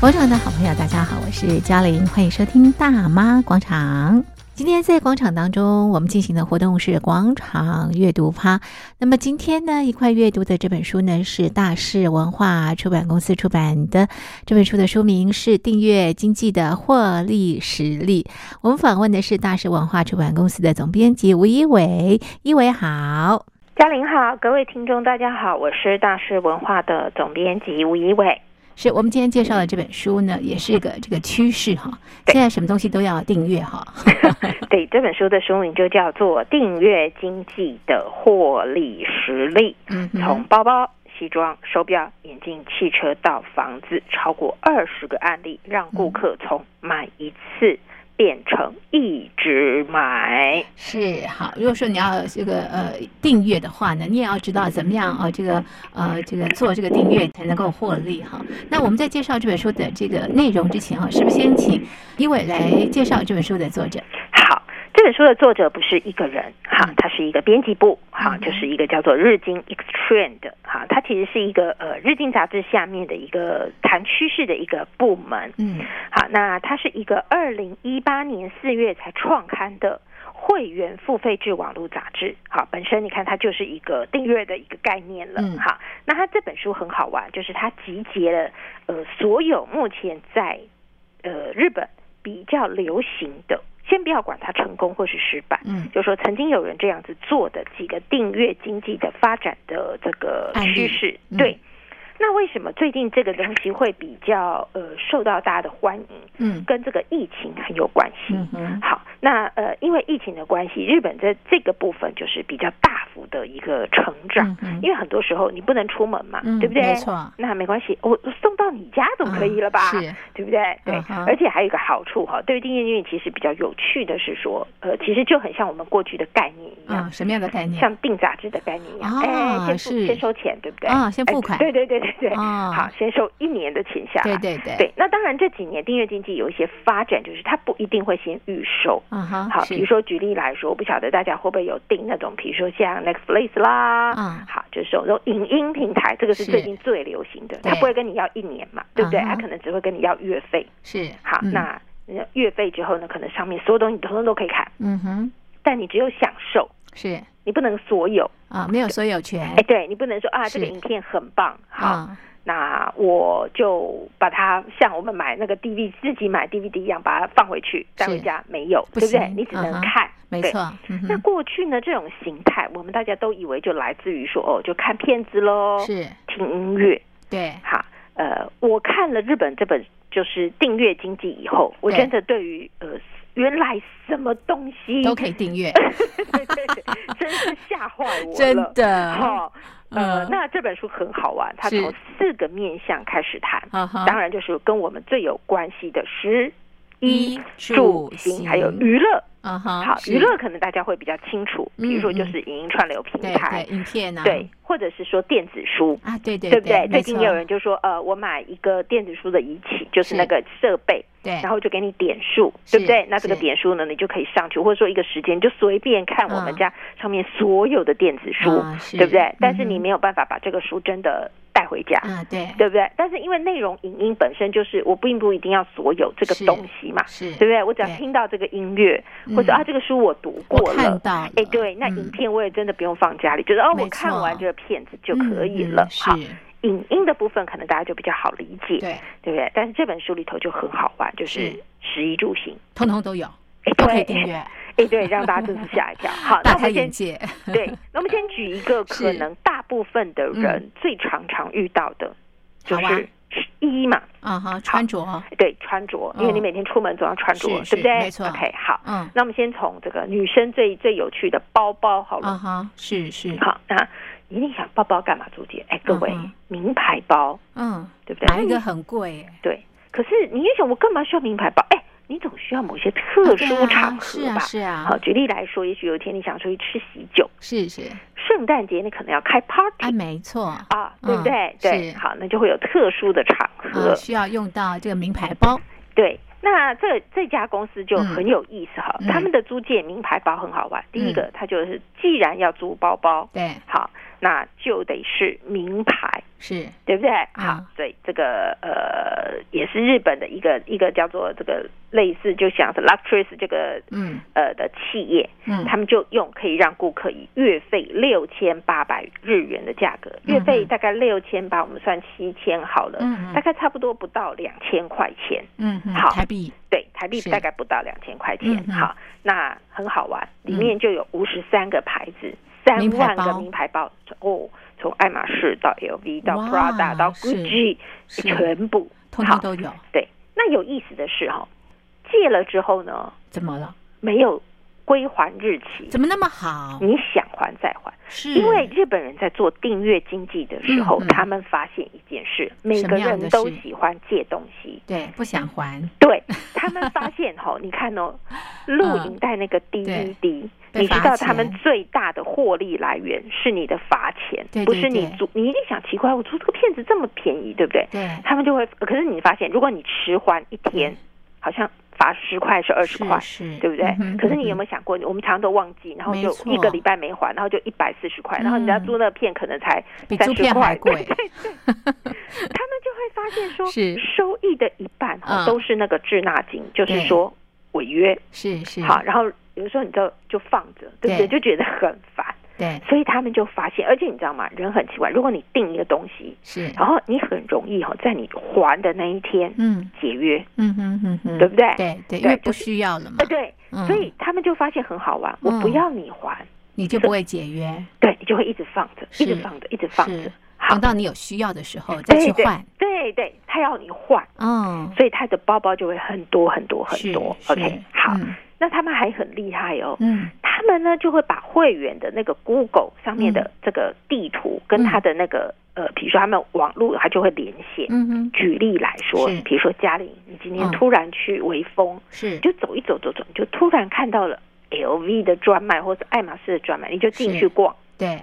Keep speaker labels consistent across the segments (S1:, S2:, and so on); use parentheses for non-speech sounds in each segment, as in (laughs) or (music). S1: 广场的好朋友，大家好，我是嘉玲，欢迎收听《大妈广场》。今天在广场当中，我们进行的活动是广场阅读趴。那么今天呢，一块阅读的这本书呢是大是文化出版公司出版的。这本书的书名是《订阅经济的获利实力》。我们访问的是大是文化出版公司的总编辑吴一伟，一伟好。
S2: 嘉玲好，各位听众大家好，我是大师文化的总编辑吴一伟。
S1: 是我们今天介绍的这本书呢，也是一个这个趋势哈。
S2: 对
S1: 现在什么东西都要订阅哈。
S2: 对，这本书的书名就叫做《订阅经济的获利实力
S1: 嗯》，
S2: 从
S1: 哼，
S2: 包包、西装、手表、眼镜、汽车到房子，超过二十个案例，让顾客从买一次变成一直买。
S1: 是好。如果说你要这个呃订阅的话呢，你也要知道怎么样啊、这个呃这个做这个订阅才能够获利哈。那我们在介绍这本书的这个内容之前哈，是不是先请一伟来介绍这本书的作者？
S2: 好，这本书的作者不是一个人，哈
S1: 嗯，
S2: 他是一个编辑部，哈，
S1: 嗯
S2: 就是一个叫做日经 Extreme 的，哈，它其实是一个呃日经杂志下面的一个谈趋势的一个部门，
S1: 嗯
S2: 好，那它是一个二零一八年四月才创刊的。会员付费制网络杂志，好，本身你看它就是一个订阅的一个概念了，
S1: 嗯
S2: 好，那它这本书很好玩，就是它集结了呃所有目前在呃日本比较流行的，先不要管它成功或是失败，
S1: 嗯
S2: 就说曾经有人这样子做的几个订阅经济的发展的这个
S1: 案例
S2: 趋势，
S1: 嗯
S2: 对。那为什么最近这个东西会比较呃受到大家的欢迎？
S1: 嗯
S2: 跟这个疫情很有关系。
S1: 嗯哼
S2: 好，那呃，因为疫情的关系，日本在这个部分就是比较大幅的一个成长，
S1: 嗯哼
S2: 因为很多时候你不能出门嘛，
S1: 嗯，
S2: 对不对？
S1: 没错，
S2: 那没关系，我、我送到你家总可以了吧？
S1: 嗯是，
S2: 对不对？对
S1: 嗯哼
S2: 而且还有一个好处哈，对于订阅经济其实比较有趣的是说，呃，其实就很像我们过去的概念一样。
S1: 嗯，什么样的概念？
S2: 像订杂志的概念一样，
S1: 啊
S2: 哎，先付
S1: 是
S2: 先收钱，对不对？
S1: 啊先付款
S2: 哎对对对对对，
S1: 啊
S2: 好，先收一年的钱下来。
S1: 对对对，
S2: (laughs) 对，那当然这几年订阅经济有一些发展，就是它不一定会先预售。
S1: 啊哈，
S2: 好，
S1: 是
S2: 比如说举例来说，我不晓得大家会不会有订那种，比如说像 Netflix 啦，
S1: 啊
S2: 好，就是这种影音平台，这个是
S1: 是
S2: 最近最流行的，
S1: 对
S2: 它不会跟你要一年嘛，对不对？
S1: 啊哈
S2: 它可能只会跟你要月费。
S1: 是
S2: 好，
S1: 嗯
S2: 那呃月费之后呢，可能上面所有东西你通通都可以看，
S1: 嗯哼
S2: 但你只有享受，
S1: 是
S2: 你不能所有。
S1: 啊，没有所有权
S2: 哎，对你不能说啊，
S1: 是
S2: 这个影片很棒，好，
S1: 啊。
S2: 那我就把它像我们买那个 DVD 自己买 DVD 一样，把它放回去带回家，没有，
S1: 不
S2: 对不对
S1: 行？
S2: 你只
S1: 嗯
S2: 能
S1: 哼
S2: 看，
S1: 没
S2: 对。
S1: 错，嗯
S2: 那
S1: 哼，
S2: 过去呢，这种形态，我们大家都以为就来自于说哦，就看片子喽，
S1: 是，
S2: 听音乐，
S1: 对，
S2: 哈，呃，我看了日本这本就是订阅经济以后，我
S1: 对
S2: 真的对于呃，原来什么东西 (laughs)
S1: 都可以订阅，
S2: 对对对，真是吓坏 (laughs) 我了，
S1: 真的，
S2: 哈、呃，
S1: 嗯
S2: 那这本书很好玩，它
S1: 是
S2: 从四个面向开始谈，
S1: 啊哈，
S2: 当然就是跟我们最有关系的食、
S1: 衣
S2: 衣、
S1: 住
S2: 住
S1: 行
S2: 行，还有娱乐。
S1: 啊哈，
S2: 好，
S1: 是
S2: 娱乐可能大家会比较清楚，比如说
S1: 嗯
S2: 就是影音串流平
S1: 对
S2: 台
S1: 对，，影片啊，
S2: 对，或者是说电子书。
S1: 啊，对对
S2: 对不
S1: 对
S2: 对？？
S1: 没
S2: 最近也有
S1: 错
S2: 人就说，呃，我买一个电子书的仪器，就是
S1: 是
S2: 那个设备，
S1: 对，
S2: 然后就给你点数，
S1: 是
S2: 对不对？那这个
S1: 是
S2: 点数呢，你就可以上去，或者说一个时间，就随便看我
S1: 嗯
S2: 们家上面所有的电子书，
S1: 啊
S2: 对不对？但是你
S1: 嗯
S2: 没有办法把这个书真的带回家，
S1: 哼啊，对，
S2: 对不对？但是因为内容影音本身就是我并不一定要所有这个
S1: 是
S2: 东西嘛，
S1: 是，
S2: 对不对？我只要
S1: 对
S2: 听到这个音乐，或者
S1: 嗯
S2: 啊这个书我读过
S1: 我看
S2: 了。
S1: 到了，
S2: 哎，对，那影
S1: 嗯
S2: 片我也真的不用放家里，就是哦，
S1: 没
S2: 我看
S1: 错
S2: 完这个片子就
S1: 嗯
S2: 可以
S1: 嗯
S2: 了。好，
S1: 是，
S2: 影音的部分可能大家就比较好理解，
S1: 对，
S2: 对不对？但是这本书里头就很好玩，就是
S1: 是
S2: 食衣住行，
S1: 通通都有，
S2: 哎，
S1: 都可以
S2: 对，
S1: 订阅，
S2: (laughs) 哎，对，让大家真是吓一跳。好，那
S1: (laughs) 大
S2: 我
S1: 开
S2: 们
S1: 眼
S2: 先
S1: 界，
S2: (laughs) 对，那我们先举一个
S1: (laughs)
S2: 可
S1: 是嗯
S2: 能大部分的人最常常遇到的，就
S1: 好啊
S2: 是衣嘛，
S1: 啊哈，穿着，
S2: 对，穿着，因为你每天出门总要穿着，
S1: 哦是
S2: 对不对？
S1: 是没错
S2: OK，好，
S1: 嗯，
S2: 那我们先从这个女生最最有趣的包包好了。
S1: 啊哈，是是，
S2: 好，那你一定想包包干嘛，朱姐？哎，各位，
S1: 嗯哼
S2: 名牌包
S1: 嗯，
S2: 对不对？
S1: 买一个
S2: 那你
S1: 很贵耶，
S2: 对，可是你也想，我干嘛需要名牌包？哎，你总需要某些特
S1: 对
S2: 殊
S1: 啊
S2: 场合
S1: 是啊
S2: 吧？
S1: 是啊
S2: 好，，举例来说，也许有一天你想出去吃喜酒，
S1: 是是，
S2: 圣诞节你可能要开 party
S1: 啊，没错，
S2: 啊，对不
S1: 嗯
S2: 对？对，
S1: 是
S2: 好，那就会有特殊的场合。
S1: 啊，需要用到这个名牌包，
S2: 对，那这这家公司就很有意思哈，
S1: 嗯
S2: 他们的租借名牌包很好玩。第一个，它就是既然要租包包，
S1: 对，
S2: 好，那就得是名牌。
S1: 是
S2: 对不对？
S1: 啊
S2: 好，所以这个呃，也是日本的一个一个叫做这个类似，就像是 Luxus 这个
S1: 嗯
S2: 呃的企业，
S1: 嗯
S2: 他们就用可以让顾客以月费六千八百日元的价格，月费大概六千八，我们算七千好了，
S1: 嗯嗯嗯
S2: 大概差不多不到两千块钱，
S1: 嗯嗯
S2: 好
S1: 台币
S2: 对，台币
S1: 是
S2: 大概不到两千块钱。
S1: 嗯嗯
S2: 好，那很好玩，里
S1: 嗯
S2: 面就有五十三个牌子，三
S1: 名牌
S2: 万
S1: 包
S2: 个名牌包哦，从爱马仕到 LV 到
S1: 哇
S2: Prada 到
S1: 是
S2: Gucci，
S1: 是
S2: 全部
S1: 通
S2: 好
S1: 通都有，
S2: 对。那有意思的是哈、哦，借了之后呢，
S1: 怎么了？
S2: 没有归还日期，
S1: 怎么那么好？
S2: 你想还再还。
S1: 是
S2: 嗯因为日本人在做订阅经济的时候，
S1: 嗯嗯
S2: 他们发现一件事：每
S1: 什
S2: 个
S1: 么样的
S2: 人都
S1: 事
S2: 喜欢借东西。
S1: 对不想还，
S2: 对他们发现
S1: (laughs)
S2: 吼，你看哦，录
S1: 嗯
S2: 影带那个 DVD，、
S1: 被
S2: 你知
S1: 罚
S2: 道他们
S1: 钱
S2: 最大的获利来源是你的罚钱，
S1: 对
S2: 不
S1: 对
S2: 是你
S1: 对
S2: 租。你一定想奇怪，我租这个片子这么便宜，对不对？
S1: 对
S2: 他们就会，可是你发现，如果你迟还一天，好像罚十块是二十块。
S1: 嗯是是
S2: 对不对？
S1: 嗯哼
S2: 可是你有
S1: 嗯
S2: 没有想过，我们常常都忘记，然后
S1: 没
S2: 就
S1: 错
S2: 一个礼拜没还，然后就一百四十块，然后人家
S1: 嗯
S2: 租那片可能才
S1: 哼比
S2: 三
S1: 租
S2: 十
S1: 片
S2: 块
S1: 还，
S2: (laughs)
S1: 贵，
S2: 他们就会发现说，
S1: (laughs) 是
S2: 收益的一半、哦
S1: 嗯
S2: 都是那个滞纳金，就是
S1: 对
S2: 说违约。
S1: 是是
S2: 好，然后有时候你就就放着，对不对？
S1: 对
S2: 就觉得很烦，
S1: 对
S2: 所以他们就发现，而且你知道吗？人很奇怪，如果你订一个东西，
S1: 是
S2: 然后你很容易哈、哦，在你还的那一天
S1: 嗯
S2: 解约，
S1: 嗯哼嗯哼，
S2: 对不对？
S1: 对对，因
S2: 对
S1: 为
S2: 就
S1: 不
S2: 是
S1: 需要了嘛
S2: 呃，，对，
S1: 嗯
S2: 所以他们就发现很好玩，我不
S1: 嗯
S2: 要你还，
S1: 你就不会解约，
S2: 对你就会一直放着，一直
S1: 是
S2: 放着，一直放着
S1: 是。
S2: 好
S1: 等，到你有需要的时候再
S2: 对
S1: 去
S2: 对
S1: 换，
S2: 对对，他要你换，
S1: 嗯，
S2: 所以他的包包就会很多很多很
S1: 是
S2: 多。
S1: 是
S2: OK，好，
S1: 嗯
S2: 那他们还很厉害哦，
S1: 嗯
S2: 他们呢就会把会员的那个 Google 上面的
S1: 嗯
S2: 这个地图跟
S1: 嗯
S2: 他的那个、呃，比如说他们网络，他就会连线。
S1: 嗯哼
S2: 举例来说
S1: 是，
S2: 比如说嘉玲，你今天
S1: 嗯
S2: 突然去微风，
S1: 是
S2: 你就走一走走走，你就突然看到了 LV 的专卖或者爱马仕的专卖，你就进
S1: 是
S2: 去逛，
S1: 对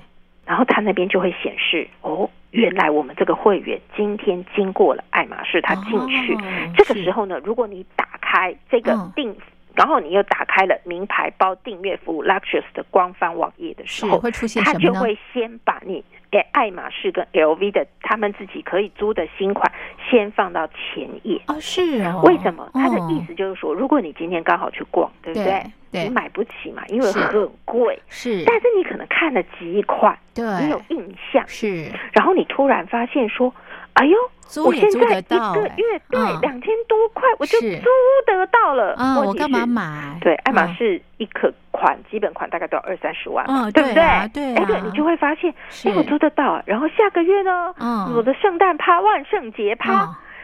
S2: 然后它那边就会显示哦，原来我们这个会员今天经过了爱马仕，他进去。
S1: 哦
S2: 这个
S1: 是
S2: 时候呢，如果你打开这个
S1: 嗯
S2: 订，然后你又打开了名牌包订阅服务 Luxus 的官方网页的
S1: 是
S2: 时候，
S1: 会出现
S2: 它
S1: 什
S2: 就
S1: 么呢？
S2: 会先把你诶爱马仕跟 LV 的他们自己可以租的新款先放到前页。
S1: 哦，是哦，
S2: 为什么？它的
S1: 哦
S2: 意思就是说，如果你今天刚好去逛，对不
S1: 对
S2: 你
S1: 对
S2: 买不起嘛，因为
S1: 是
S2: 很贵。
S1: 是，
S2: 但是你可能看了几款，你有
S1: 对
S2: 印象，
S1: 是
S2: 然后你突然发现说，哎呦，
S1: 租
S2: 我
S1: 也
S2: 现
S1: 租
S2: 在
S1: 得
S2: 一
S1: 到
S2: 个
S1: 哎
S2: 月对
S1: 嗯
S2: 两千多块，我就是租得到了。
S1: 啊，
S2: 问
S1: 我
S2: 题
S1: 干嘛
S2: 是？
S1: 买？
S2: 对，爱马
S1: 嗯
S2: 仕一可款基本款大概都要二三十万嘛，
S1: 嗯
S2: 对不
S1: 对啊对
S2: 哎，对
S1: 啊
S2: 你就会发现，
S1: 是
S2: 哎，我租得到啊。然后下个月呢，
S1: 嗯
S2: 我的圣诞趴、万圣节趴，
S1: 嗯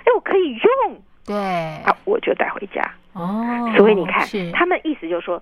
S2: 哎，我可以用
S1: 对
S2: 啊，我就带回家。
S1: 哦，
S2: 所以你看
S1: 是，
S2: 他们意思就是说，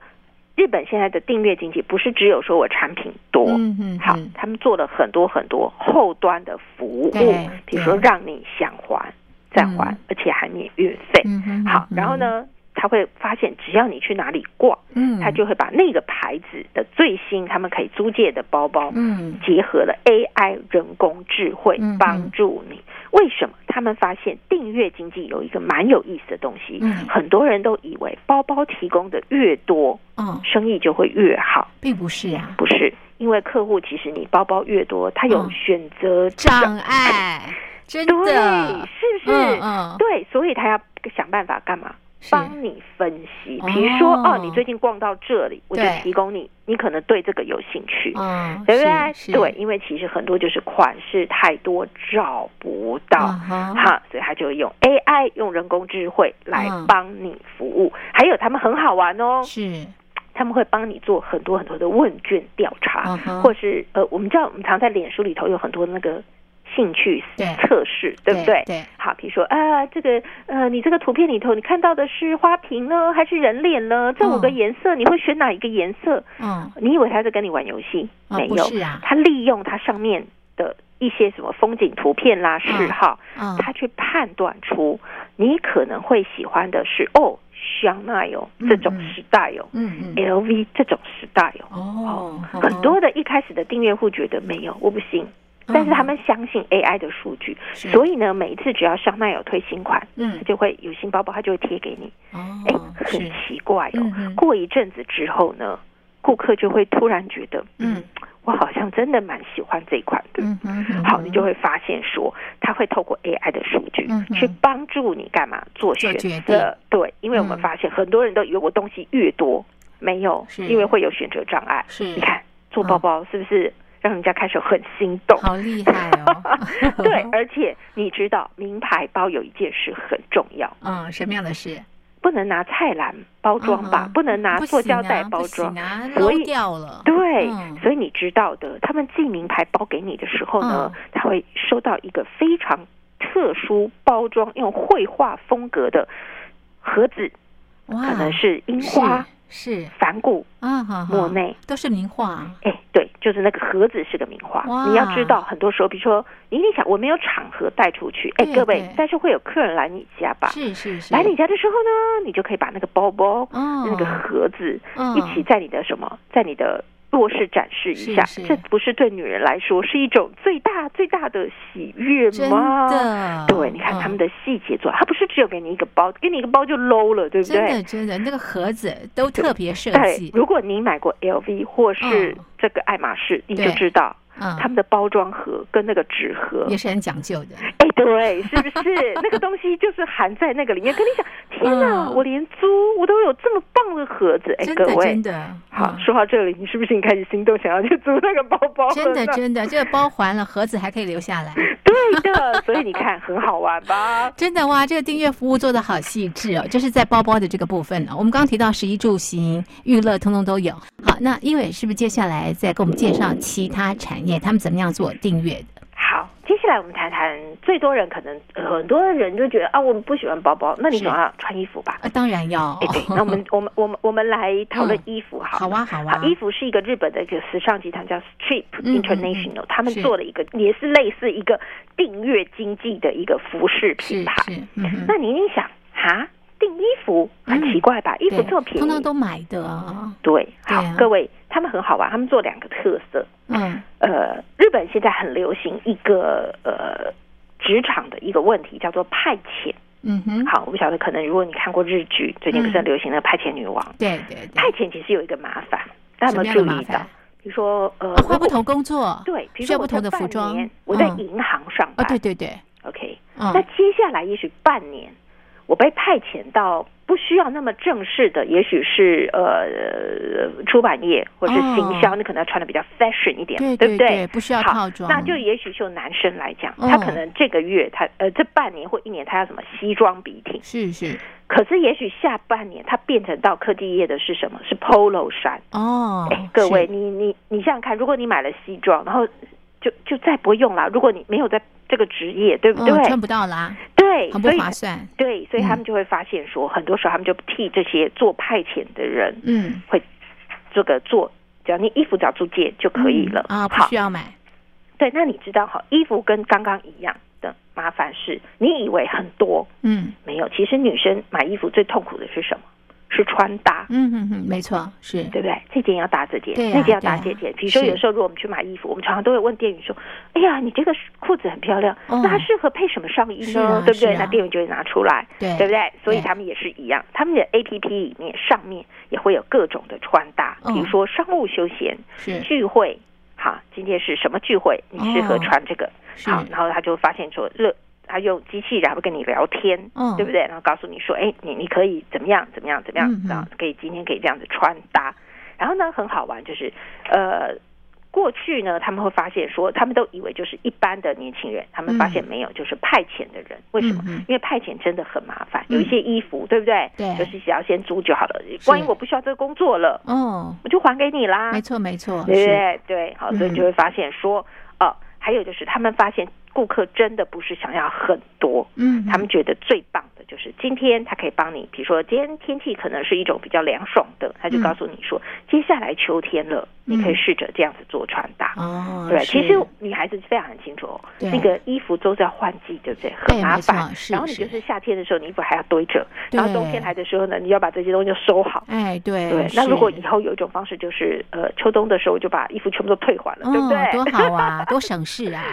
S2: 日本现在的订阅经济不是只有说我产品多，
S1: 嗯嗯
S2: 好
S1: 嗯，
S2: 他们做了很多很多后端的服务
S1: 对，
S2: 比如说
S1: 对
S2: 让你想还再还
S1: 嗯，
S2: 而且还免运费。
S1: 嗯哼
S2: 好，然后？呢，他会发现只要你去哪里逛，
S1: 嗯，
S2: 他就会把那个牌子的最新他们可以租借的包包。
S1: 嗯
S2: 结合了 AI 人工智慧
S1: 嗯嗯
S2: 帮助你，为什么？他们发现订阅经济有一个蛮有意思的东西，
S1: 嗯
S2: 很多人都以为包包提供的越多，
S1: 嗯，
S2: 生意就会越好，
S1: 并不是啊，
S2: 不是？因为客户其实你包包越多，他有
S1: 嗯
S2: 选择障
S1: 障碍，真
S2: 对，
S1: 的，
S2: 是不是？
S1: 嗯嗯，
S2: 对，所以他要想办法干嘛？
S1: 是
S2: 帮你分析，
S1: 哦
S2: 比如说哦，你最近逛到这里，我就
S1: 对
S2: 提供你，你可能对这个有兴趣，
S1: 嗯，
S2: 对不对？
S1: 是
S2: 对，，因为其实很多就是款式太多找不到，
S1: 哈
S2: 哈，所以他就用 AI 用人工智慧来
S1: 嗯
S2: 帮你服务，还有他们很好玩哦，
S1: 是，
S2: 他们会帮你做很多很多的问卷调查，
S1: 嗯哼
S2: 或是呃，我们知道我们常在脸书里头有很多那个兴趣
S1: 对
S2: 测试，对不对？
S1: 对，
S2: 好，比如说啊，这个呃，你这个图片里头你看到的是花瓶呢，还是人脸呢？这五个
S1: 嗯
S2: 颜色、你会选哪一个颜色？
S1: 嗯，
S2: 你以为他在跟你玩游戏？
S1: 啊
S2: 没
S1: 不
S2: 有，
S1: 是啊
S2: 他利用它上面的一些什么风景图片啦、
S1: 嗯
S2: 嗜好，
S1: 嗯
S2: 他去判断出你可能会喜欢的是哦，香奈儿这种
S1: 嗯嗯
S2: 时代哦、
S1: 嗯嗯，
S2: l v 这种时代哦。
S1: 哦，
S2: 很多的一开始的订阅户觉得没有，我不信，但是他们相信 AI 的数据，
S1: 嗯是
S2: 所以呢，每一次只要香奈儿推新款，
S1: 嗯
S2: 它就会有新包包，它就会贴给你。哎、
S1: 哦
S2: 很
S1: 是
S2: 奇怪哦。
S1: 嗯哼
S2: 过一阵子之后呢，顾客就会突然觉得，嗯
S1: 嗯，
S2: 我好像真的蛮喜欢这一款的。
S1: 嗯哼嗯哼
S2: 好，你就会发现说，它会透过 AI 的数据、
S1: 嗯哼
S2: 去帮助你干嘛做
S1: 做
S2: 选
S1: 决定
S2: 择。对，因为我们
S1: 嗯
S2: 发现很多人都以为我东西越多，没有，
S1: 是
S2: 因为会有选择障碍。
S1: 是嗯
S2: 你看做包包是不是让人家开始很心动？，
S1: 好厉害哦
S2: (laughs) 对，而且你知道名牌包有一件事很重要，
S1: (laughs) 嗯，什么样的事？
S2: 不能拿菜篮包装吧，
S1: 嗯哼
S2: 不能拿
S1: 不
S2: 塑
S1: 行
S2: 胶
S1: 啊
S2: 袋
S1: 不
S2: 包装。
S1: 行啊，
S2: 所
S1: 漏
S2: 以
S1: 掉了。
S2: 对，
S1: 嗯
S2: 所以你知道的，他们寄名牌包给你的时候呢，
S1: 嗯
S2: 他会收到一个非常特殊包装，用绘画风格的盒子，
S1: 哇，
S2: 可能是樱花、
S1: 是是
S2: 梵谷、
S1: 啊，哈哈
S2: 莫内。
S1: 都是名画，
S2: 哎，对，就是那个盒子是个名画
S1: 哇。
S2: 你要知道，很多时候，比如说，你一定想我没有场合带出去，哎，
S1: 对
S2: 各位
S1: 对，
S2: 但是会有客人来你家吧？
S1: 是是是，
S2: 来你家的时候呢，你就可以把那个包包、
S1: 哦，
S2: 那个盒子
S1: 嗯
S2: 一起在你的什么，在你的弱势展示一下，
S1: 是是
S2: 这不是对女人来说是一种最大最大的喜悦
S1: 真
S2: 吗？
S1: 的，嗯
S2: 对，你看他们
S1: 的。
S2: 的细节做，他不是只有给你一个包，给你一个包就 low 了，对不
S1: 真
S2: 对？
S1: 的，真的，那个盒子都特别设
S2: 对哎
S1: 计，，
S2: 如果你买过 LV 或是
S1: 嗯
S2: 这个爱马仕，你就
S1: 对
S2: 知道
S1: 嗯，
S2: 他们的包装盒跟那个纸盒
S1: 也，是很讲究的。
S2: 哎，对，是不是 (laughs) 那个东西就是含在那个里面？跟你讲，天哪，
S1: 嗯
S2: 我连租我都有这么棒的盒子，哎，
S1: 真
S2: 各
S1: 的
S2: 位
S1: 真，的
S2: 好，
S1: 嗯
S2: 说到这里，你是不是已经开始心动，想要去租那个包包了呢？ (laughs)
S1: 真的真的，这个包还了，盒子还可以留下来。
S2: 对的，所以你看，很好玩吧？
S1: 真的哇，这个订阅服务做的好细致哦，就是在包包的这个部分呢、哦我们刚刚提到十一住行、娱乐，通通都有。好，那一伟是不是接下来再给我们介绍其他产业，他们怎么样做订阅的？
S2: (laughs) 好，接下来我们谈谈最多人可能呃很多人就觉得啊，我们不喜欢包包，那你
S1: 是
S2: 总要穿衣服吧？
S1: 啊，当然要。
S2: 哎，对，那我们我们我们我们来讨论
S1: 嗯
S2: 衣服好了，
S1: 好啊，好啊
S2: 好，，衣服是一个日本的一个时尚集团叫 Strip
S1: 嗯嗯
S2: International，、他们
S1: 是
S2: 做了一个也是类似一个订阅经济的一个服饰
S1: 是
S2: 品牌。
S1: 是，嗯哼
S2: 那你一定想啊，订衣服很奇怪吧？衣服
S1: 对
S2: 这么便宜，
S1: 通通都买的啊。
S2: 对，好，
S1: 对啊
S2: 各位，他们很好啊玩，他们做两个特色。 (laughs)
S1: 嗯，
S2: 呃，日本现在很流行一个呃职场的一个问题，叫做派遣。
S1: 嗯哼，
S2: 好，我不晓得，可能如果你看过日剧，最近不是很流行的派遣女王？
S1: 对对对
S2: 派。遣其实有一个麻烦，大
S1: 什
S2: 家
S1: 嗯
S2: 有
S1: 么样的
S2: 没有注
S1: 麻
S2: 意到
S1: 烦？？
S2: 比如说，呃，
S1: 哦，换不
S2: 如果
S1: 同工作，
S2: 对，比
S1: 需
S2: 如说
S1: 要
S2: 我
S1: 不
S2: 这
S1: 同的服
S2: 半
S1: 装
S2: 年。我在
S1: 嗯
S2: 银行上
S1: 哦，
S2: 班、
S1: 对对对，
S2: ，OK，
S1: 嗯
S2: 那，接下来也许半年，我被派遣到不需要那么正式的，也许是呃出版业或是行销，
S1: 哦
S2: 你可能要穿的比较 fashion 一点，
S1: 对
S2: 不
S1: 对，不需要
S2: 好
S1: 套装，
S2: 那就也许就男生来讲，
S1: 嗯
S2: 他可能这个月他呃这半年或一年他要什么西装笔挺，
S1: 是是
S2: 可是也许下半年他变成到科技业的是什么？是 polo 衫。
S1: 哦
S2: 哎，，各位，
S1: 是，
S2: 你你你想想看，如果你买了西装，然后就就再不会用了。如果你没有在这个职业，对不
S1: 嗯
S2: 对？
S1: 穿不到啦，
S2: 对，
S1: 很不
S2: 所以
S1: 划算，
S2: 对，所以
S1: 嗯
S2: 他们就会发现说，很多时候他们就替这些做派遣的人
S1: 嗯，
S2: 会这个做，只要你衣服只要租借就可以了。
S1: 嗯啊，不
S2: 好
S1: 需，要买，
S2: 对，那你知道哈，衣服跟刚刚一样的麻烦是，你以为很多
S1: 嗯
S2: 没有，其实女生买衣服最痛苦的是什么？是穿搭。
S1: 嗯嗯嗯，没错，是，
S2: 对不对？这件要搭这件，
S1: 对啊
S2: 那件要搭
S1: 对
S2: 这
S1: 啊
S2: 件。比如说，
S1: 是
S2: 有时候如果我们去买衣服，我们常常都会问店员说：“哎呀，你这个裤子很漂亮，
S1: 哦
S2: 那它适合配什么上衣
S1: 是
S2: 呢？
S1: 啊
S2: 对不
S1: 是
S2: 对？”
S1: 啊
S2: 那店员就会拿出来，
S1: 对
S2: 对不对？所以
S1: 对
S2: 他们也是一样，他们的 A P P 里面上面也会有各种的穿搭，
S1: 嗯
S2: 比如说商务休闲、
S1: 是
S2: 聚会。好，今天是什么聚会？你适合
S1: 哦
S2: 穿这个。
S1: 是，
S2: 好，然后他就发现说，热，他用机器人，然后跟你聊天，
S1: 嗯
S2: 对不对？然后告诉你说，哎，你你可以怎么样，怎么样，怎么样
S1: 嗯，嗯
S2: 然后可以今天可以这样子穿搭。然后呢，很好玩，就是呃，过去呢，他们会发现说，他们都以为就是一般的年轻人，他们发现没有，就是派遣的人，为什么？
S1: 嗯嗯
S2: 因为派遣真的很麻烦，
S1: 嗯
S2: 有一些衣服，对不对？
S1: 对
S2: 就是只要先租就好了。
S1: 是
S2: 万一我不需要这个工作了，
S1: 哦，
S2: 我就还给你啦。
S1: 没错没错，
S2: 对
S1: 哦是，
S2: 对对，好，所以
S1: 嗯
S2: 就会发现说，哦，还有就是他们发现顾客真的不是想要很多，
S1: 嗯，
S2: 他们觉得最棒的就是今天他可以帮你，比如说今天天气可能是一种比较凉爽的，他就
S1: 嗯
S2: 告诉你说，接下来秋天了，你可以试着这样子做穿搭。
S1: 哦，
S2: 对，
S1: 是
S2: 其实女孩子非常很清楚哦，
S1: 对
S2: 那个衣服都是要换季，对不对？很
S1: 对
S2: 麻
S1: 没错
S2: 烦。
S1: 是
S2: 然后你
S1: 是
S2: 就是夏天的时候，你衣服还要堆着，然后冬天
S1: 对
S2: 来的时候呢，你要把这些东西就收好。
S1: 哎对
S2: 对，那如果
S1: 是
S2: 以后有一种方式，就是呃，秋冬的时候就把衣服全部都退还了，对不
S1: 哦多
S2: 对？
S1: 好啊，多省事
S2: (laughs)
S1: 啊，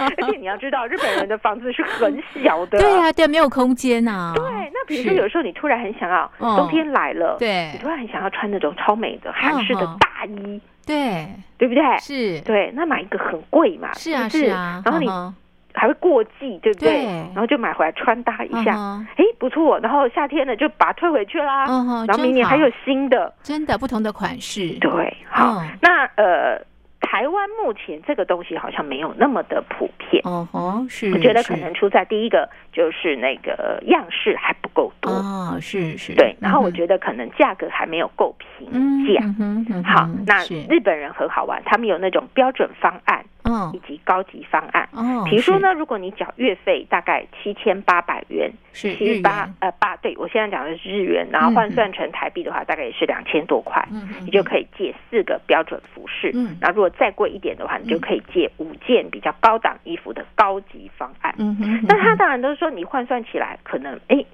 S2: 而且你要知道，日本人的房子是很小的。
S1: (laughs) 对啊对，没有空间呐，
S2: 对啊那比如说
S1: 是
S2: 有时候你突然很想要，
S1: 嗯
S2: 冬天来了，
S1: 对
S2: 你突然很想要穿那种超美的
S1: 嗯
S2: 韩式的
S1: 哼
S2: 大衣，
S1: 对，
S2: 对不对？
S1: 是，
S2: 对，那买一个很贵嘛，
S1: 是啊，
S2: 不是
S1: 啊。
S2: 然后你
S1: 嗯
S2: 还会过季，对不对？
S1: 对
S2: 然后就买回来穿搭一
S1: 哼
S2: 下，
S1: 嗯
S2: 哎，不错。然后夏天了就把它退回去啦，
S1: 哼，嗯哼
S2: 啊然
S1: 真
S2: 后明年还
S1: 好
S2: 有新的。
S1: 真的不同的款式，
S2: 对，好，
S1: 嗯
S2: 那呃，台湾目前这个东西好像没有那么的普遍。
S1: 哦吼，是，
S2: 我觉得
S1: 是
S2: 可能出在第一个就是那个样式还不够多，
S1: 哦，是是，
S2: 对，然后我
S1: 得
S2: 觉得可能价格还没有够平
S1: 嗯
S2: 价。
S1: 嗯哼嗯哼
S2: 好，那
S1: 是
S2: 日本人很好玩，他们有那种标准方案
S1: 嗯
S2: 以及高级方案。
S1: 哦，
S2: 比如说
S1: 是，
S2: 呢，如果你缴月费大概七千八百元，
S1: 是日
S2: 七八
S1: 元，
S2: 呃八，对我现在讲的是日元，然后换算成台币的话，大概也是两千多块，
S1: 嗯嗯，
S2: 你就
S1: 以，
S2: 可以借四个标准服饰。
S1: 嗯
S2: 那如果再贵一点的话，你就
S1: 嗯
S2: 可以借五件比较高档衣服的高级方案。
S1: 嗯哼，
S2: 那他
S1: 的
S2: 当然都是说你换算起来可能哎，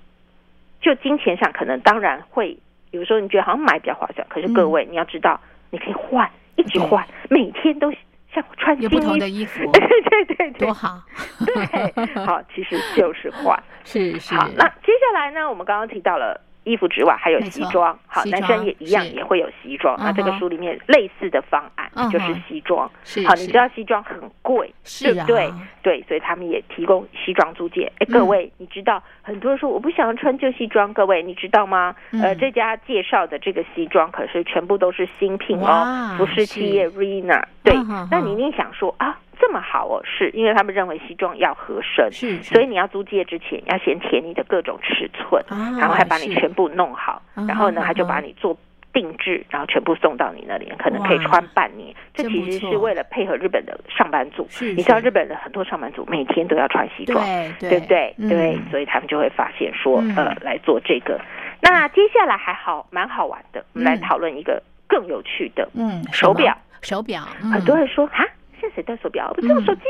S2: 就金钱上可能当然会有时候你觉得好像买比较划算，可是各
S1: 嗯
S2: 位、你要知道，你可以换，一直换，每天都像穿新
S1: 有
S2: 衣
S1: 不同
S2: 服，
S1: 的衣服，
S2: (laughs) 对对对对
S1: 多好，
S2: (laughs) 对，好，其实就是换。
S1: (laughs) 是是，
S2: 好，那接下来呢，我们刚刚提到了。衣服之外，还有
S1: 没
S2: 西
S1: 错
S2: 装。好，
S1: 西
S2: 男
S1: 装
S2: 生也一样，
S1: 是
S2: 也会有西装。那这个
S1: 嗯哼
S2: 书里面类似的方案
S1: 嗯
S2: 就是
S1: 哼
S2: 西装。
S1: 是
S2: 好，你
S1: 是
S2: 知道西装很贵，
S1: 是
S2: 对
S1: 啊，
S2: 不对对，所以他们也提供西装租借。哎，各
S1: 嗯
S2: 位，你知道很多人说我不想要穿旧西装，各位你知道吗？呃，
S1: 嗯
S2: 这家介绍的这个西装可是全部都是新品哦
S1: 哇，嗯
S2: 服饰企业 Rena。对，那你一定想说啊，这么好哦，是因为他们认为西装要合身，
S1: 是，
S2: 所以
S1: 是
S2: 你要租借之前要先填你的各种尺寸，
S1: 啊，
S2: 然后还把你
S1: 是
S2: 全部弄好，
S1: 嗯
S2: 然后
S1: 嗯
S2: 呢，他就把
S1: 嗯
S2: 你做。定制，然后全部送到你那里，可能可以
S1: 哇
S2: 穿半年。这
S1: 真
S2: 其
S1: 不
S2: 实是
S1: 错
S2: 为了配合日本的上班族，
S1: 是，
S2: 你知道
S1: 是
S2: 日本人很多上班族每天都要穿西装，
S1: 对对
S2: 对不对？对，
S1: 嗯
S2: 所以他们就会发现说，
S1: 嗯
S2: 呃，来做这个。那接下来还好，蛮好玩的，我们来
S1: 嗯
S2: 讨论一个更有趣的。
S1: 嗯，什
S2: 手
S1: 么
S2: 表，啊
S1: 手表，
S2: 很
S1: 嗯
S2: 多人说，哈，现在谁戴手表？不是用手机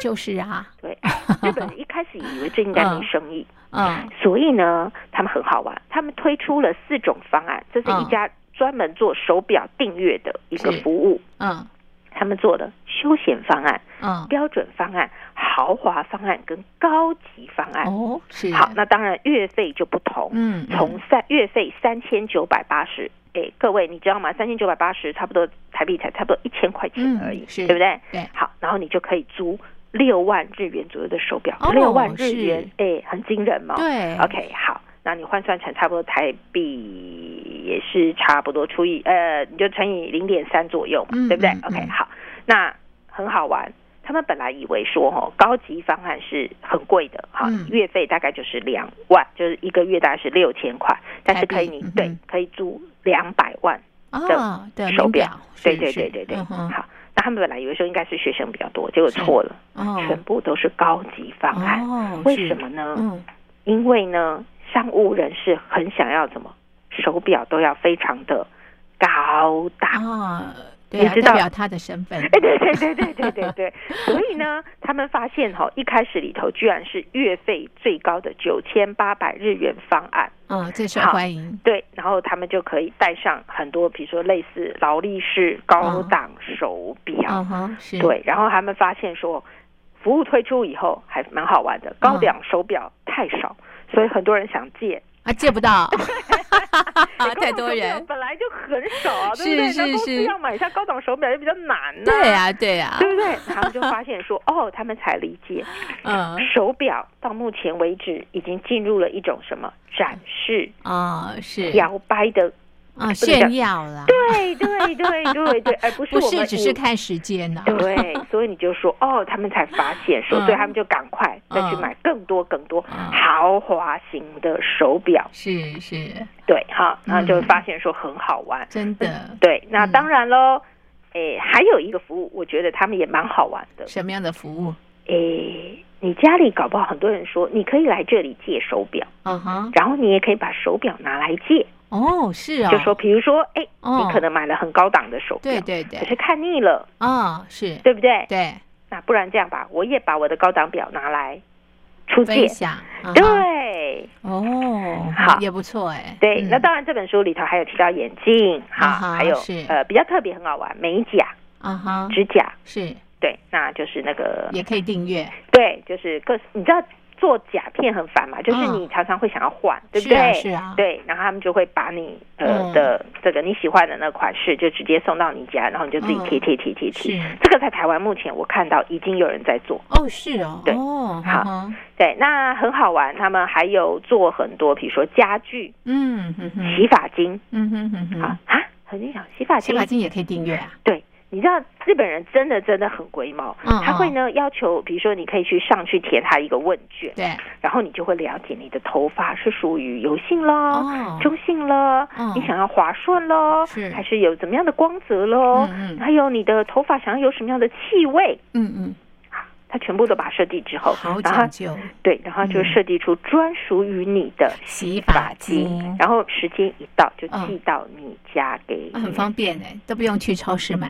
S1: 就是啊，
S2: 吗？对，日本人一开始以为这
S1: (laughs)
S2: 应该没生意，
S1: 嗯
S2: 所以呢，他们很好玩，他们推出了四种方案，这是一
S1: 嗯
S2: 家专门做手表订阅的一个
S1: 是
S2: 服务。
S1: 嗯
S2: 他们做了休闲方案、
S1: 嗯，
S2: 标准方案、豪华方案跟高级方案。
S1: 哦，是，
S2: 啊好，那当然月费就不同，
S1: 嗯，嗯
S2: 从三月费三千九百八十，哎，各位你知道吗？三千九百八十差不多台币才差不多一千块钱
S1: 嗯
S2: 而已，
S1: 是
S2: 对不对？
S1: 对
S2: 好，然后你就可以租六万日元左右的手表
S1: 哦，
S2: 六、万日元，哎，很惊人嘛、
S1: 对
S2: OK，好，那你换算成差不多台币也是差不多除以呃，你就乘以零点三左右嘛，
S1: 嗯
S2: 对不对、
S1: 嗯
S2: o k
S1: 嗯
S2: 好，那很好玩。他们本来以为说哦，高级方案是很贵的哈，
S1: 嗯
S2: 月费大概就是两万，就是一个月大概是六千块，但是可以
S1: 台币
S2: 你、
S1: 嗯哼
S2: 对可以租两百万，
S1: 啊，对，
S2: 手
S1: 名
S2: 表
S1: 表，
S2: 对
S1: 是
S2: 对
S1: 是
S2: 对对对，
S1: 嗯哼
S2: 好。那他们本来以为说应该是学生比较多，结果
S1: 是
S2: 错了，全
S1: 哦
S2: 部都是高级方案。
S1: 哦，
S2: 为
S1: 是
S2: 什？么呢？
S1: 嗯，
S2: 因为呢，商务人士很想要什么手表都要非常的高档。
S1: 啊，对
S2: 你
S1: 啊，
S2: 知
S1: 代
S2: 道
S1: 表他的身份，
S2: 哎， (laughs) 对对对对对对对，所以呢，他们发现哈、一开始里头居然是月费最高的九千八百日元方案，
S1: 嗯，最受
S2: 好
S1: 欢迎，
S2: 对，然后他们就可以戴上很多，比如说类似劳力士高档手表，
S1: 嗯哼，是，
S2: 对，然后他们发现说，服务推出以后还蛮好玩的，高档手表太少，所以很多人想借，
S1: 啊，借不
S2: (laughs)
S1: 到， (laughs) 啊太
S2: 高档
S1: 多
S2: 手表
S1: 人，
S2: 本来就很
S1: (laughs)
S2: 少啊，
S1: 是
S2: 对不对？
S1: 是
S2: 那公司
S1: 是
S2: 要买一下高档手表也比较难呐、
S1: 对啊呀，对呀，
S2: 对不对？他们就发现说，哦，他们才理解，
S1: 嗯。
S2: 手表到目前为止已经进入了一种什么
S1: 嗯
S2: 展示、
S1: 啊、是
S2: 摇摆的，
S1: 啊、
S2: 能
S1: 炫
S2: 讲
S1: 耀啦，
S2: 对对对对对，而不是
S1: 不
S2: 我们
S1: 是只是
S2: 以
S1: 看时间呢、
S2: 对，所以你就说哦，他们才发现说，
S1: 嗯
S2: 所以他们就赶快再去
S1: 嗯
S2: 买更多更多
S1: 嗯
S2: 豪华型的手表，
S1: 是是，
S2: 对哈，然后就
S1: 嗯
S2: 发现说很好玩，
S1: 真的，
S2: 对，那
S1: 嗯
S2: 当然喽。诶，还有一个服务，我觉得他们也蛮好玩的。
S1: 什么样的服务？
S2: 诶，你家里搞不好很多人说，你可以来这里借手表，
S1: 嗯哼，
S2: 然后你也可以把手表拿来借，
S1: 哦，是哦，
S2: 就说，比如说，诶，
S1: 哦
S2: 你可能买了很高档的手表，
S1: 对对
S2: 可
S1: 对，
S2: 是看腻了，
S1: 啊、是，
S2: 对不对？
S1: 对，
S2: 那不然这样吧，我也把我的高档表拿来出借
S1: 分，享，啊哈
S2: 对
S1: 哦，
S2: 好
S1: 也不错哎，
S2: 对。
S1: 嗯
S2: 那当然，这本书里头还有提到眼镜，
S1: 啊
S2: 哈，
S1: 哈
S2: 还有
S1: 是
S2: 呃比较特别很好玩，美甲、
S1: 啊哈，
S2: 指甲，
S1: 是
S2: 对，那就是那个
S1: 也可以订阅，
S2: 对，就是各，你知道做假片很烦嘛，就是
S1: 嗯
S2: 你常常会想要换，对不
S1: 是
S2: 对？
S1: 啊是啊，
S2: 对，然后他们就会把你
S1: 嗯
S2: 呃的这个你喜欢的那款式就直接送到你家，然后你就自己贴贴贴贴贴。
S1: 嗯是
S2: 这个在台湾目前我看到已经有人在做，
S1: 哦是哦，
S2: 对
S1: 哦
S2: 好
S1: 好，
S2: 对，那很好玩。他们还有做很多，比如说家具、
S1: 嗯哼哼，
S2: 洗发精
S1: 嗯哼哼哼，
S2: 啊啊，很经想洗发
S1: 洗
S2: 精
S1: 发。精也可以订阅啊，
S2: 对，你知道日本人真的真的很龟毛，
S1: 嗯
S2: 他会
S1: 嗯
S2: 呢要求，比如说你可以去上去填他一个问卷，
S1: 对，
S2: 然后你就会了解你的头发是属于油性喽、
S1: 哦
S2: 中性喽，
S1: 嗯
S2: 你想要滑顺喽，
S1: 是
S2: 还是有怎么样的光泽喽，
S1: 嗯嗯
S2: 还有你的头发想要有什么样的气味，
S1: 嗯
S2: 它全部都把它设计之后
S1: 嗯，，好
S2: 然后
S1: 讲究，
S2: 对，然后就
S1: 嗯
S2: 设计出专属于你的
S1: 洗发精
S2: 然后时间一到就
S1: 嗯
S2: 寄到你家给你，
S1: 啊很方便哎，都不用去超市买，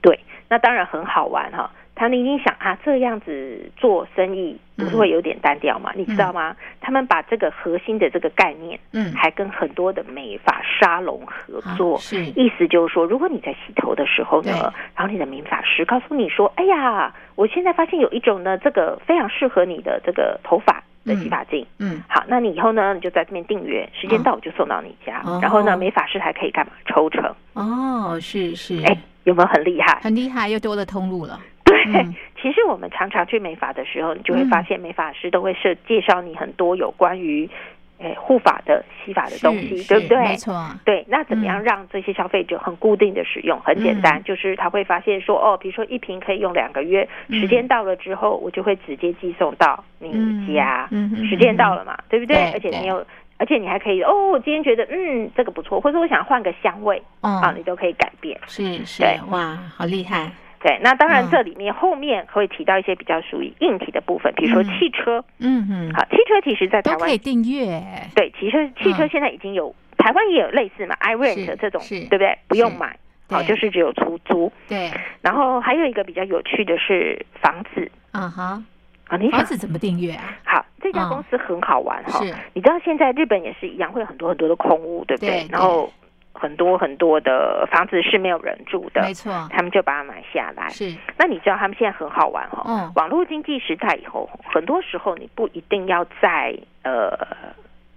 S2: 对，那当然很好玩哈、他们一定想啊，这样子做生意不是
S1: 嗯
S2: 会有点单调嘛？你知道吗？他们把这个核心的这个概念，
S1: 嗯，
S2: 还跟很多的美发沙龙合
S1: 啊
S2: 作。
S1: 是，
S2: 意思就是说，如果你在洗头的时候
S1: 对
S2: 呢，然后你的美发师告诉你说：“哎呀，我现在发现有一种呢，这个非常适合你的这个头发的洗发精。
S1: 嗯
S2: 好，那你以后呢，你就在这边订阅，时间到我就送到你家。
S1: 哦
S2: 然后呢，美发师还可以干嘛？抽成。
S1: 哦是是，
S2: 哎，有没有很厉害？
S1: 很厉害，又多了通路了，
S2: 对，
S1: 嗯
S2: 其实我们常常去美发的时候，你就会发现美发师都会设介绍你很多有关于，诶护发的、洗发的
S1: 是
S2: 东西，
S1: 是
S2: 对不
S1: 没
S2: 对？
S1: 错啊，
S2: 对，那怎么样让这些消费者很固定的使用？很简单，就是他会发现说，哦，比如说一瓶可以用两个月，
S1: 嗯
S2: 时间到了之后，我就会直接寄送到你家。
S1: 嗯嗯嗯
S2: 时间到了嘛，对不对？
S1: 对
S2: 而且
S1: 对
S2: 你有，而且你还可以哦，我今天觉得嗯这个不错，或者我想换个香味、啊，
S1: 哦
S2: 你，都可以改变。
S1: 是是
S2: 对，
S1: 哇，好厉害，
S2: 对，那当
S1: 嗯
S2: 然这里面后面会提到一些比较属于硬体的部分，比如说
S1: 嗯
S2: 汽车。
S1: 嗯哼，
S2: 好，汽车其实在台
S1: 都可
S2: 湾
S1: 以订阅，
S2: 对汽车汽车
S1: 嗯
S2: 现在已经有、台湾也有类似嘛
S1: 是
S2: ，iRent 这种，
S1: 是
S2: 对不对？不用
S1: 是
S2: 买，好，
S1: 对
S2: 就是只有出租。
S1: 对，
S2: 然后还有一个比较有趣的是房子
S1: 啊哈，
S2: 啊，你
S1: 房
S2: 想
S1: 子怎么订阅啊？
S2: 好，这家
S1: 嗯
S2: 公司很好玩哈、
S1: 是
S2: 你知道现在日本也是一样，会有很多很多的空屋，对不
S1: 对对
S2: 然后很多很多的房子是没有人住的
S1: 没，错，
S2: 他们就把它买下来。
S1: 是，
S2: 那你知道他们现在很好玩哈、
S1: 嗯
S2: 网络经济时代以后，很多时候你不一定要在呃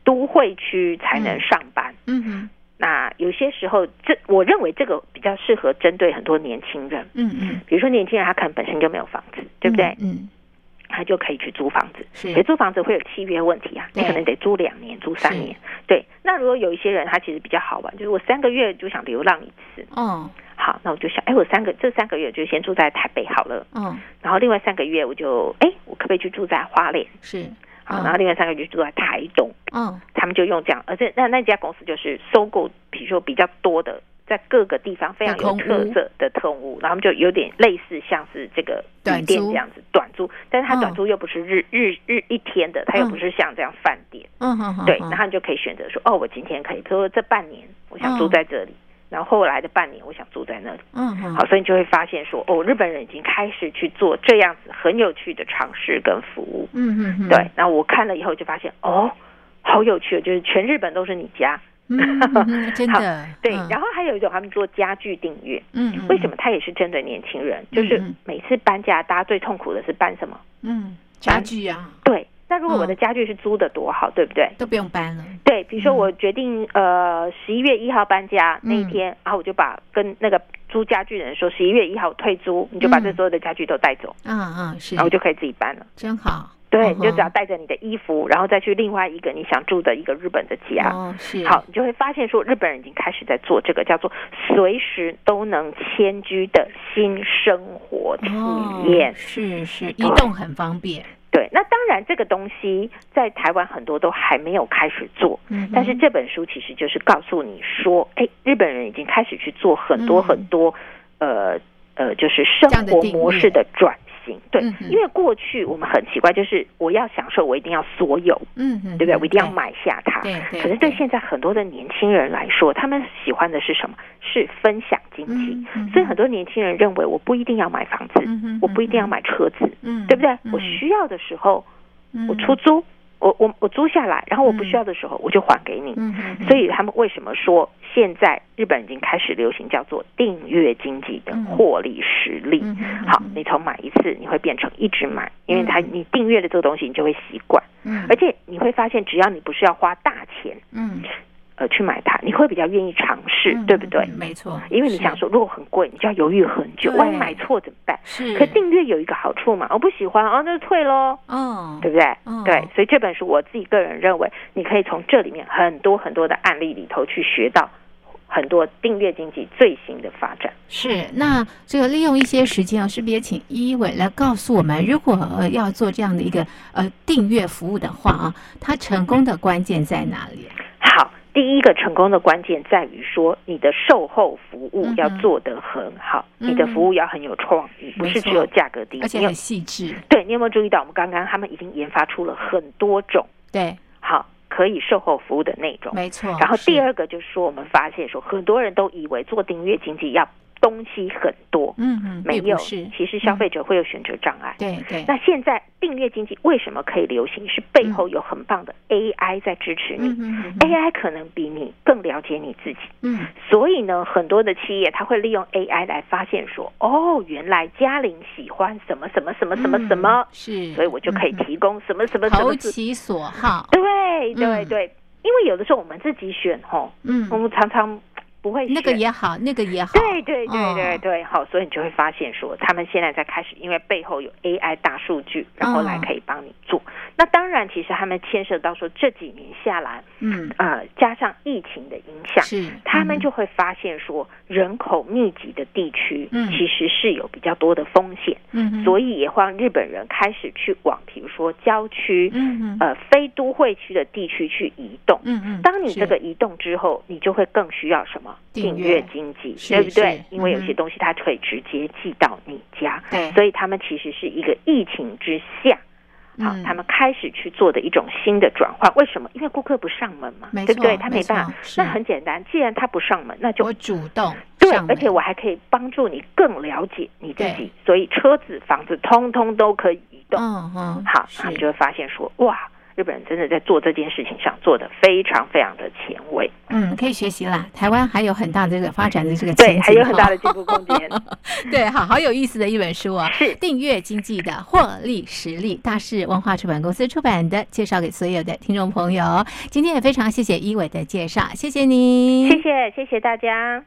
S2: 都会区才能上班。
S1: 嗯哼，
S2: 那有些时候，这我认为这个比较适合针对很多年轻人，
S1: 嗯嗯，
S2: 比如说年轻人他可能本身就没有房子，对不对？
S1: 嗯，嗯
S2: 他就可以去租房子。
S1: 是
S2: 可，租房子会有契约问题啊，
S1: 对
S2: 你可能得租两年、租三
S1: 是
S2: 年。对，那如果有一些人他其实比较好玩，就是我三个月就想流浪一次，
S1: 哦，
S2: 好，那我就想，哎，我三个这三个月就先住在台北好了。
S1: 哦，
S2: 然后另外三个月我就哎，我可不可以去住在花莲？
S1: 是，
S2: 好，
S1: 嗯
S2: 然后另外三个月就住在台东。
S1: 哦，
S2: 他们就用这样，而且那那家公司就是收购，比如说比较多的，在各个地方非常有特色的特务，然后他们就有点类似像是这个
S1: 短
S2: 旅店
S1: 租
S2: 这样子短租，但是它
S1: 嗯
S2: 短租又不是日、日日一天的，它又不是像这样饭店，
S1: 嗯哼哼，
S2: 对，
S1: 哼
S2: 然后你就可以选择说，哦，我今天可以，比如说这半年我想住
S1: 嗯
S2: 在这里，然后后来的半年我想住在那里。
S1: 嗯哼，
S2: 好，所以你就会发现说，哦，日本人已经开始去做这样子很有趣的尝试跟服务。
S1: 嗯哼哼，
S2: 对，那我看了以后就发现，哦，好有趣，就是全日本都是你家。
S1: 嗯，嗯嗯真的，
S2: 对，
S1: 嗯
S2: 然后还有一种他们做家具订阅，
S1: 嗯，嗯
S2: 为什么？它也是针对年轻人？就是
S1: 嗯嗯
S2: 每次搬家，大家最痛苦的是搬什么？
S1: 嗯，家具啊
S2: 对，那如果我
S1: 嗯
S2: 的家具是租的，多好，对不对？
S1: 都不用搬了，
S2: 对，比如
S1: 嗯
S2: 说我决定呃十一月一号搬家那一天，然后我就把跟那个租家具的人说十一月一号我退租，你就把这
S1: 嗯
S2: 所有的家具都带走，
S1: 嗯嗯，是
S2: 然，后就可以自己搬了。
S1: 真好，
S2: 对，
S1: 嗯
S2: 你就只要
S1: 哼
S2: 带着你的衣服，然后再去另外一个你想住的一个日本的家。
S1: 哦，是，
S2: 好，，你就会发现说，日本人已经开始在做这个叫做随时都能迁居的新生活体
S1: 哦
S2: 验。，
S1: 是是，移动很方便，
S2: 对，那当然这个东西在台湾很多都还没有开始做，
S1: 嗯哼，
S2: 但是这本书其实就是告诉你说，哎，日本人已经开始去做很多
S1: 嗯
S2: 很多，呃呃，就是生
S1: 这样的
S2: 活
S1: 订阅
S2: 模式的转型。对
S1: 嗯哼，
S2: 因为过去我们很奇怪，就是我要享受，我一定要所有，
S1: 嗯哼，
S2: 对不对？我一定要
S1: 对，
S2: 买下它。
S1: 对对，
S2: 可是对现在很多的年轻人来说，他们喜欢的是什么？是分享经济。
S1: 嗯嗯
S2: 所以很多年轻人认为，我不一定要买房子，
S1: 嗯哼
S2: 我不一定要
S1: 嗯
S2: 买车子，
S1: 嗯，
S2: 对不对？我
S1: 嗯
S2: 需要的时候，
S1: 嗯
S2: 我出租，我我我租下来，然后我不需要的时候我就还给你。
S1: 嗯哼，
S2: 所以他们为什么说现在日本已经开始流行叫做订阅经济的获利实力？
S1: 嗯哼
S2: 好，，你从买一次你会变成一直买，因为它
S1: 嗯
S2: 你订阅了这个东西，你就会习惯，
S1: 嗯
S2: 而且你会发现，只要你不是要花大钱
S1: 嗯，
S2: 呃去买它，你会比较愿意尝试，
S1: 嗯
S2: 对不对？
S1: 嗯没错，
S2: 因为你想说，如果很贵，你就要犹豫很久，
S1: 对
S2: 万一买错怎么办？
S1: 是，
S2: 可订阅有一个好处嘛，我不喜欢哦，那就退喽，
S1: 嗯，
S2: 对不对？
S1: 嗯
S2: 对，所以这本书我自己个人认为，你可以从这里面很多很多的案例里头去学到很多订阅经济最新的发展。
S1: 是，那这个利用一些时间啊，是不是也请一伟来告诉我们，如果、呃、要做这样的一个呃订阅服务的话啊，它成功的关键在哪里？啊
S2: 好，第一个成功的关键在于说，你的售后服务
S1: 嗯哼
S2: 要做得很好，
S1: 嗯哼
S2: 你的服务要很有创意，不是
S1: 没错
S2: 只有价格低。
S1: 而且
S2: 你有
S1: 很细致，
S2: 对你有没有注意到，我们刚刚他们已经研发出了很多种
S1: 对，
S2: 好可以售后服务的内容。
S1: 没错。
S2: 然后
S1: 是
S2: 第，二个就是说，我们发现说，很多人都以为做订阅经济要东西很多，
S1: 嗯嗯，
S2: 没
S1: 并不
S2: 有，
S1: 是，嗯
S2: 其实消费者会有选择障碍。
S1: 对对，
S2: 那现在订阅经济为什么可以流行？是背后有很棒的 AI 在支持
S1: 嗯
S2: 你、
S1: 嗯
S2: a i 可能比你更了解你自己，
S1: 嗯
S2: 所以呢，很多的企业它会利用 AI 来发现说，哦，原来嘉玲喜欢什么什么什么
S1: 嗯
S2: 什么什么，
S1: 是，
S2: 所以我就可以
S1: 嗯
S2: 提供什么什么
S1: 嗯
S2: 什么
S1: 投
S2: 资。
S1: 其所好，
S2: 对对
S1: 嗯
S2: 对，因为有的时候我们自己选吼，
S1: 嗯
S2: 我，们常常不会选
S1: 那个也好，那个也好，
S2: 对对对
S1: 哦
S2: 对对，好，所以你就会发现说，他们现在在开始，因为背后有 AI 大数据，然后来
S1: 嗯
S2: 可以帮你做。那当然，其实他们牵涉到说这几年下来，
S1: 嗯，
S2: 呃，加上疫情的影响，
S1: 是，
S2: 他们
S1: 嗯
S2: 就会发现说，人口密集的地区
S1: 嗯
S2: 其实是有比较多的风险，
S1: 嗯，
S2: 所
S1: 以，
S2: 以也让日本人开始去往，比如说郊区、
S1: 嗯嗯
S2: 呃非都会区的地区去移动。
S1: 嗯嗯，
S2: 当你
S1: 是
S2: 这个移动之后，你就会更需要什么
S1: 订
S2: 订
S1: 阅
S2: 阅经济，
S1: 是
S2: 对不
S1: 是
S2: 对？因为有
S1: 嗯
S2: 些东西它可以直接寄到你家，
S1: 对
S2: 所以他们其实是一个疫情之下，啊好
S1: 嗯，
S2: 他们开始去做的一种新的转换。为什么？因为顾客不上门嘛，
S1: 没
S2: 对不对？
S1: 错
S2: 他
S1: 没
S2: 没办
S1: 错
S2: 法。
S1: 是
S2: 那很简单，既然他不上门，那
S1: 我
S2: 就
S1: 主动
S2: 对
S1: 上，嗯
S2: 而且
S1: 门
S2: 我还可以帮助你更了解你自
S1: 对
S2: 己，所以车子、房子通通都可以移动。
S1: 嗯嗯，
S2: 好，
S1: 是
S2: 他们就会发现说，哇，日本人真的在做这件事情上做的非常非常的前卫，
S1: 嗯，可以学习啦。台湾还有很大的这个发展的这个前
S2: 对，
S1: 景，
S2: 还有很大
S1: 哈
S2: 的进步空
S1: (laughs)
S2: 间。
S1: 对，好好有意思的一本书啊、
S2: 是
S1: 订阅经济的获利实力》，大是文化出版公司出版的，介绍给所有的哦听众朋友。今天也非常谢谢一伟的介绍，谢谢您，
S2: 谢谢，谢谢大家。